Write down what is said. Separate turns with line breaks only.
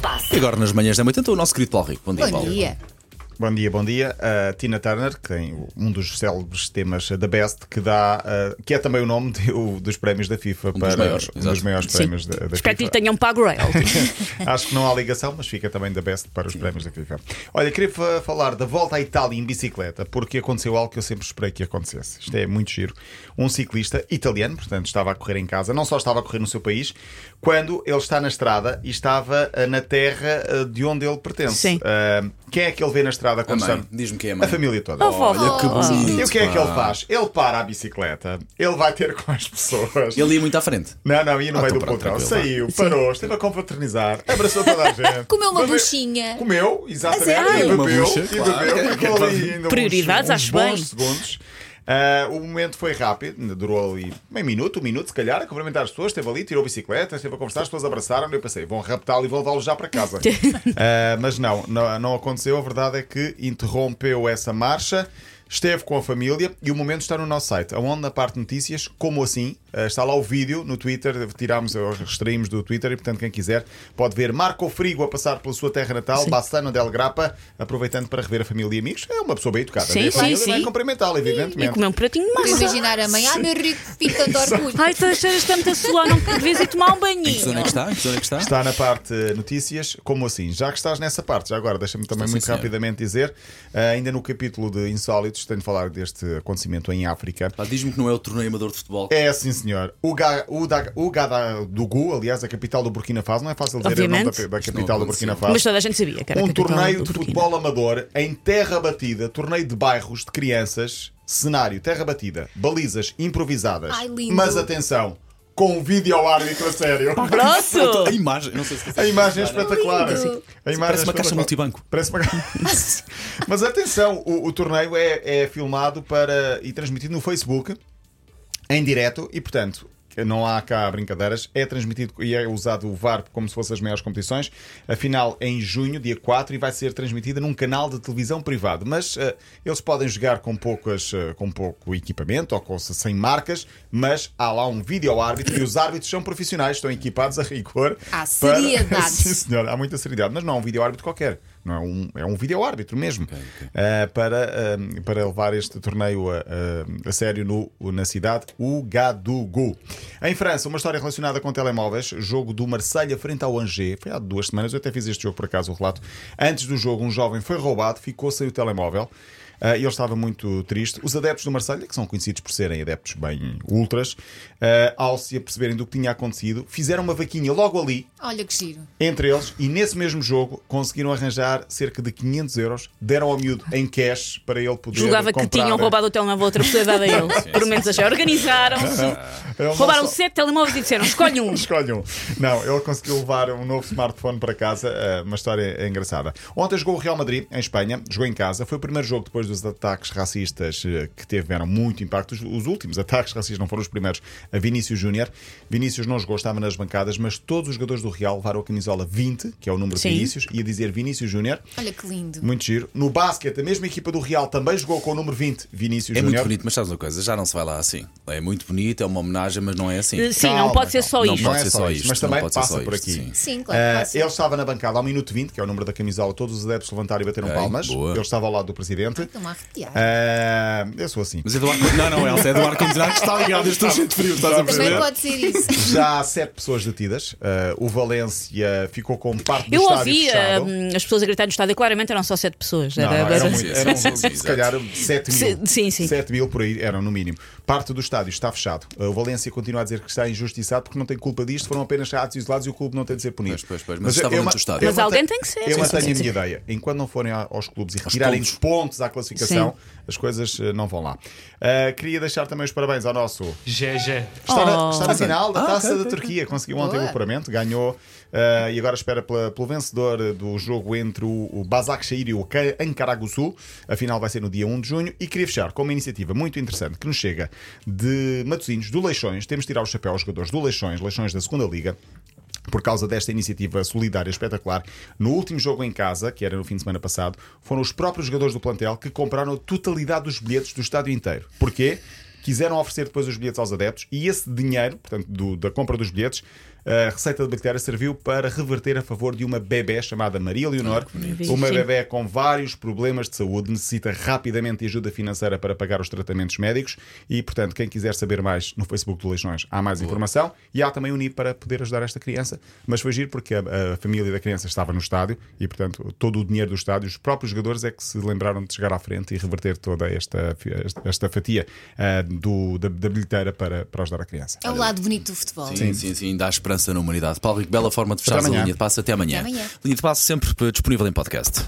passa?
E agora nas manhãs da 80, o nosso querido Paulo Rico. Bom dia,
Bom
Paulo.
dia.
Bom dia, bom dia. A Tina Turner, que tem um dos célebres temas da Best, que dá, uh, que é também o nome do- dos prémios da FIFA
dos
para
maiores,
um dos
exato.
maiores prémios da, da
Espero que lhe
FIFA.
tenham pago royalties.
Acho que não há ligação, mas fica também da Best para os prémios da FIFA. Olha, queria fa- falar da volta à Itália em bicicleta, porque aconteceu algo que eu sempre esperei que acontecesse. Isto é muito giro. Um ciclista italiano, portanto, estava a correr em casa, não só estava a correr no seu país, quando ele está na estrada e estava ah, na terra ah, de onde ele pertence.
Sim.
Ah, quem é que ele vê na estrada
A
quando
mãe,
está?
diz-me quem é a mãe.
A família toda.
Oh, vó.
Olha que bonito.
E o que é que
pá.
ele faz? Ele para a bicicleta, ele vai ter com as pessoas.
Ele ia muito à frente.
Não, não, ia no
Ah,
meio
então
do
pronto,
pelotão.
tranquilo,
Saiu, parou, esteve a confraternizar, abraçou toda a gente.
Comeu uma
Bebeu-
buchinha.
Comeu, exatamente.
A sério?
E
Uma
bebeu,
bucha,
e bebeu,
claro.
ficou ali ainda um uns-
Prioridades,
uns
acho
bons
bem.
segundos. Ah, o momento foi rápido, durou ali meio minuto, um minuto se calhar, a cumprimentar as pessoas, esteve ali, tirou a bicicleta, esteve a conversar, as pessoas abraçaram, eu pensei, vão raptá-lo e vão levá-lo já para casa. Ah, mas não, não, não aconteceu, a verdade é que interrompeu essa marcha, esteve com a família e o momento está no nosso site, aonde na parte de notícias, como assim, ah, está lá o vídeo no Twitter, tirámos, ou extraímos do Twitter e portanto quem quiser pode ver Marco Frigo a passar pela sua terra natal, Bassano del Grappa, aproveitando para rever a família e amigos, é uma pessoa bem educada,
Sim,
vê a
sim,
família, vai
sim.
cumprimentá-la,
e
evidentemente.
comer um pratinho de
Vou
massa.
imaginar a mãe, ah, meu rico filho, tanto orgulho.
Ai, tu cheiras tanto a suar, não devias ir tomar um
Em que zona é
banhinho.
que está? Em que zona é que está?
Está na parte eh, notícias, como assim? Já que estás nessa parte, já agora, deixa-me também
sim,
muito
senhor.
rapidamente dizer, eh, ainda no capítulo de Insólitos, tenho de falar deste acontecimento em África.
Pá, Diz-me que não é o torneio amador de futebol.
É sim, senhor. O, Ga, o, da, o Gadadugu, aliás, a capital do Burkina Faso, não é fácil dizer o nome
Obviamente.
da, da
Isto não
capital do Burkina
aconteceu.
Faso.
Mas toda a gente sabia que era a
Um
capital
torneio
do
de
Burkina.
futebol amador em terra batida, torneio de bairros de crianças, cenário, terra batida, balizas improvisadas.
Ai, lindo.
Mas atenção, com um vídeo ao árbitro a sério.
Ah, então, A
Pronto!
imagem, não sei se
A imagem é espetacular.
Lindo. Sim.
A
Parece
imagem é
uma caixa
espetacular.
multibanco.
Parece uma caixa. Mas atenção, o, o torneio é, é filmado para e transmitido no Facebook em direto e, portanto. Não há cá brincadeiras, é transmitido e é usado o VAR como se fossem as maiores competições. A final é em junho, dia 4, e vai ser transmitida num canal de televisão privado. Mas eh, eles podem jogar com, poucas, eh, com pouco equipamento ou com, sem marcas, mas há lá um vídeo árbitro e os árbitros são profissionais, estão equipados a rigor. para-
Há seriedade.
Sim, senhora, há muita seriedade, mas não é um vídeo árbitro qualquer. Não é, um, é um vídeo árbitro mesmo Ah, para, ah, para levar este torneio a, ah, a- a sério no, na cidade Ugadugu. Em França, uma história relacionada com telemóveis, jogo do Marselha frente ao Angers. Foi há duas semanas, eu até fiz este jogo por acaso, o relato. Antes do jogo, um jovem foi roubado, ficou sem o telemóvel. Ah, ele estava muito triste. Os adeptos do Marselha, que são conhecidos por serem adeptos bem ultras, ah, ao se aperceberem do que tinha acontecido, fizeram uma vaquinha logo ali
Olha que giro.
entre eles, e nesse mesmo jogo conseguiram arranjar cerca de 500 euros, deram ao miúdo em cash para ele poder.
Julgava que
comprar. né?
tinham roubado o telemóvel a outra pessoa dada a ele. Pelo menos achei. Organizaram-se,
Ele não
roubaram
só-
sete telemóveis e disseram: escolhe um.
Escolhe um. Não, ele conseguiu levar um novo smartphone para casa. eh, Uma história engraçada. Ontem jogou o Real Madrid, em Espanha. Jogou em casa. Foi o primeiro jogo depois dos ataques racistas eh, que tiveram muito impacto. Os, os últimos ataques racistas não foram os primeiros. A Vinícius Júnior. Vinícius não jogou, estava nas bancadas, mas todos os jogadores do Real levaram a camisola 20, que é o número
Sim.
de Vinícius, e a dizer Vinícius Júnior.
Olha que lindo.
Muito giro. No basquete, a mesma equipa do Real também jogou com o número 20, Vinícius
É muito
Júnior.
bonito, mas sabes uma coisa, já não se vai lá assim. É muito bonito, é uma homenagem, mas não é assim.
Eh, Sim,
Calma,
não pode ser só
não
isto.
pode
Não
ser
é
só
só isto,
isto.
mas
não
também
pode ser
passa
só
por
isto,
aqui.
sim.
Sim, claro.
Tá,
Ah,
passa.
ele estava na bancada ao minuto 20, que é o número da camisola, todos os adeptos levantaram e bateram
Ok,
palmas.
boa.
Ele estava ao lado do presidente.
então
Estão-me a arrepiar.
Ah, eu sou assim. Então,
Mas é do ar Não, não, Elsa, é do ar-condicionado que está ligado. Eu Estou cheio de frio, estás a
Também
perceber?
pode ser isso.
Já há sete pessoas detidas. Ah, o Valência ficou com parte do
Eu
estádio
ouvi
fechado.
hum, as pessoas a gritar no estádio, claramente eram só sete pessoas. né?
Não,
Era-
eram
era- um
muito,
Sim,
eram,
sim, sim,
se calhar 7 mil.
Se- sim, sim.
7 mil por aí eram, no mínimo. Parte do estádio está fechado. O Valência continua a dizer que está injustiçado porque não tem culpa disto, foram apenas atos isolados e o clube não tem de ser punido.
Pois, pois, pois, mas estava
eu
dentro
ma-
do estádio.
eu
Mas alguém
mantenho-
tem que ser.
Eu
Sim,
mantenho
sim,
a
sim.
minha ideia. Enquanto não forem a- aos clubes e retirarem
pontos.
pontos à classificação, as coisas eh, não vão lá. Ah, queria deixar também os parabéns ao nosso
GG.
Está, na,
Oh.
está na final da
Ah,
taça
ok,
da
ok,
Turquia. Conseguiu ontem
Boa.
o apuramento, ganhou eh, e agora espera pela- pelo vencedor do jogo entre o, o Başakşehir e o Ka- Ankaraguçu. A final vai ser no dia 1 de junho. E queria fechar com uma iniciativa muito interessante que nos chega de Matosinhos, do Leixões. Temos de tirar o chapéu aos jogadores do Leixões, Leixões da segunda Liga. Por causa desta iniciativa solidária espetacular, no último jogo em casa, que era no fim de semana passado, foram os próprios jogadores do plantel que compraram a totalidade dos bilhetes do estádio inteiro. Porquê? quiseram oferecer depois os bilhetes aos adeptos e esse dinheiro, portanto, do- da compra dos bilhetes, A receita de bactéria serviu para reverter a favor de uma bebé chamada Maria Leonor. uma
Sim.
bebé com vários problemas de saúde, necessita rapidamente de ajuda financeira para pagar os tratamentos médicos e, portanto, quem quiser saber mais no Facebook do Leixões há mais informação e há também o NIP para poder ajudar esta criança. Mas foi giro porque a, a família da criança estava no estádio e, portanto, todo o dinheiro do estádio, os próprios jogadores é que se lembraram de chegar à frente e reverter toda esta, fi- esta, esta fatia ah, do, da, da bilheteira para, para ajudar a criança.
É o lado bonito do futebol.
Sim, sim, sim, dá esperança na humanidade. Paulo Rico, bela forma de fechar a
amanhã.
linha de passo. Até amanhã.
Até amanhã.
Linha de passo sempre eh, disponível em podcast.